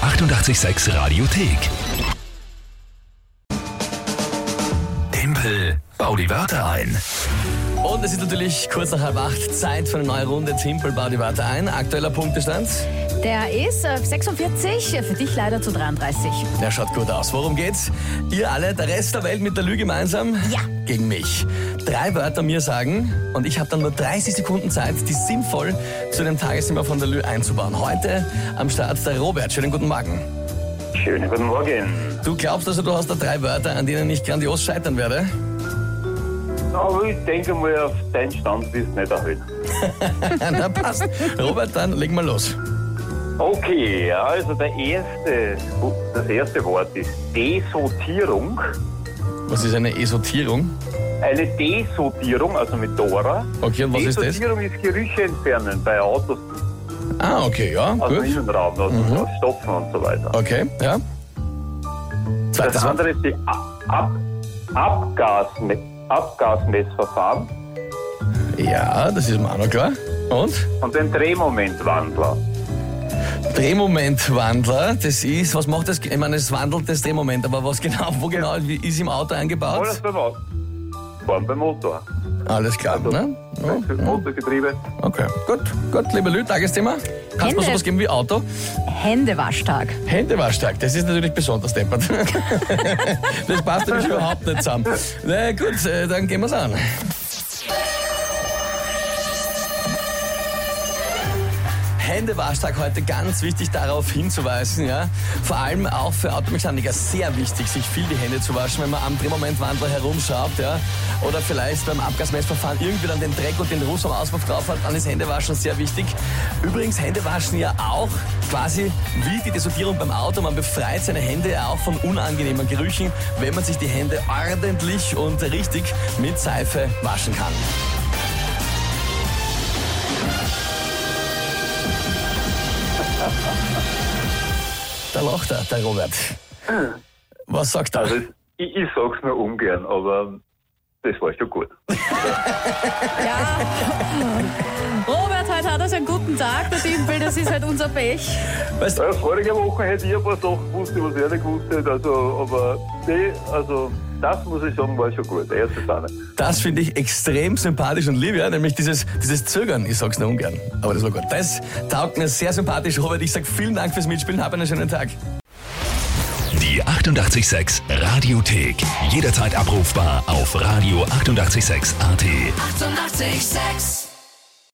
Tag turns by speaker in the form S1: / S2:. S1: 886 Radiothek. Tempel, bau die Wörter ein.
S2: Und es ist natürlich kurz nach halb acht Zeit für eine neue Runde. Timpel baut die Wörter ein. Aktueller Punktestand.
S3: Der ist äh, 46, äh, für dich leider zu 33.
S2: Der schaut gut aus. Worum geht's? Ihr alle, der Rest der Welt mit der Lü gemeinsam?
S3: Ja.
S2: Gegen mich. Drei Wörter mir sagen und ich habe dann nur 30 Sekunden Zeit, die sinnvoll zu dem Tagesthema von der Lü einzubauen. Heute am Start der Robert. Schönen guten Morgen.
S4: Schönen guten Morgen.
S2: Du glaubst also, du hast da drei Wörter, an denen ich grandios scheitern werde?
S4: Aber ich denke mal, auf deinen Stand bist du nicht erhöht.
S2: Na passt. Robert, dann legen wir los.
S4: Okay, also der erste, oh, das erste Wort ist Desotierung.
S2: Was ist eine Esotierung?
S4: Eine Desotierung, also mit Dora.
S2: Okay, und was ist das?
S4: Desotierung ist Gerüche entfernen bei Autos
S2: Ah, okay, ja,
S4: aus dem
S2: gut.
S4: Innenraum, also
S2: Mhm.
S4: Stopfen und so weiter.
S2: Okay, ja.
S4: Das
S2: Zweites Wort.
S4: andere ist die Ab Ab Abgasme Abgasmessverfahren
S2: Ja, das ist mir auch noch klar. Und?
S4: und den Drehmomentwandler.
S2: Drehmomentwandler, das ist, was macht das? Ich meine, es wandelt das Drehmoment, aber was genau, wo genau wie ist im Auto eingebaut?
S4: Alles beim Auto. Fahren beim Motor.
S2: Alles klar,
S4: Also-
S2: ne? Ja,
S4: Für Motorgetriebe.
S2: okay, gut, gut, liebe Leute, Tagesthema. Kannst du
S3: Hände.
S2: mir sowas geben wie Auto?
S3: Händewaschtag.
S2: Händewaschstag, das ist natürlich besonders deppert. das passt nämlich überhaupt nicht zusammen. Na gut, äh, dann gehen wir's an. Händewaschstag heute ganz wichtig darauf hinzuweisen, ja. Vor allem auch für Automechaniker sehr wichtig, sich viel die Hände zu waschen, wenn man am Drehmomentwandler herumschraubt, ja. Oder vielleicht beim Abgasmessverfahren irgendwie dann den Dreck und den Ruß am Auspuff drauf hat, dann ist Händewaschen sehr wichtig. Übrigens Händewaschen ja auch quasi wie die Desortierung beim Auto. Man befreit seine Hände ja auch von unangenehmen Gerüchen, wenn man sich die Hände ordentlich und richtig mit Seife waschen kann. Da lacht er, der Robert. Was sagt er?
S4: Also es- ich, ich sag's nur ungern, aber das war schon gut.
S3: Ja. Robert, heute hat er seinen guten Tag, der Timpel, das ist halt unser Pech.
S2: Weißt,
S4: Ja, vorige Woche hätte ich ein paar Sachen gewusst, was er nicht gewusst hat, also, aber die, also das muss ich sagen, war schon gut. Erste Sahne.
S2: Das finde ich extrem sympathisch und lieb, ja, nämlich dieses, dieses Zögern. Ich sag's nur ungern, aber das war gut. Das taugt mir sehr sympathisch, Robert. Ich sag vielen Dank fürs Mitspielen, hab einen schönen Tag.
S1: Die 886 Radiothek. Jederzeit abrufbar auf radio886.at. 886! 886.
S5: 886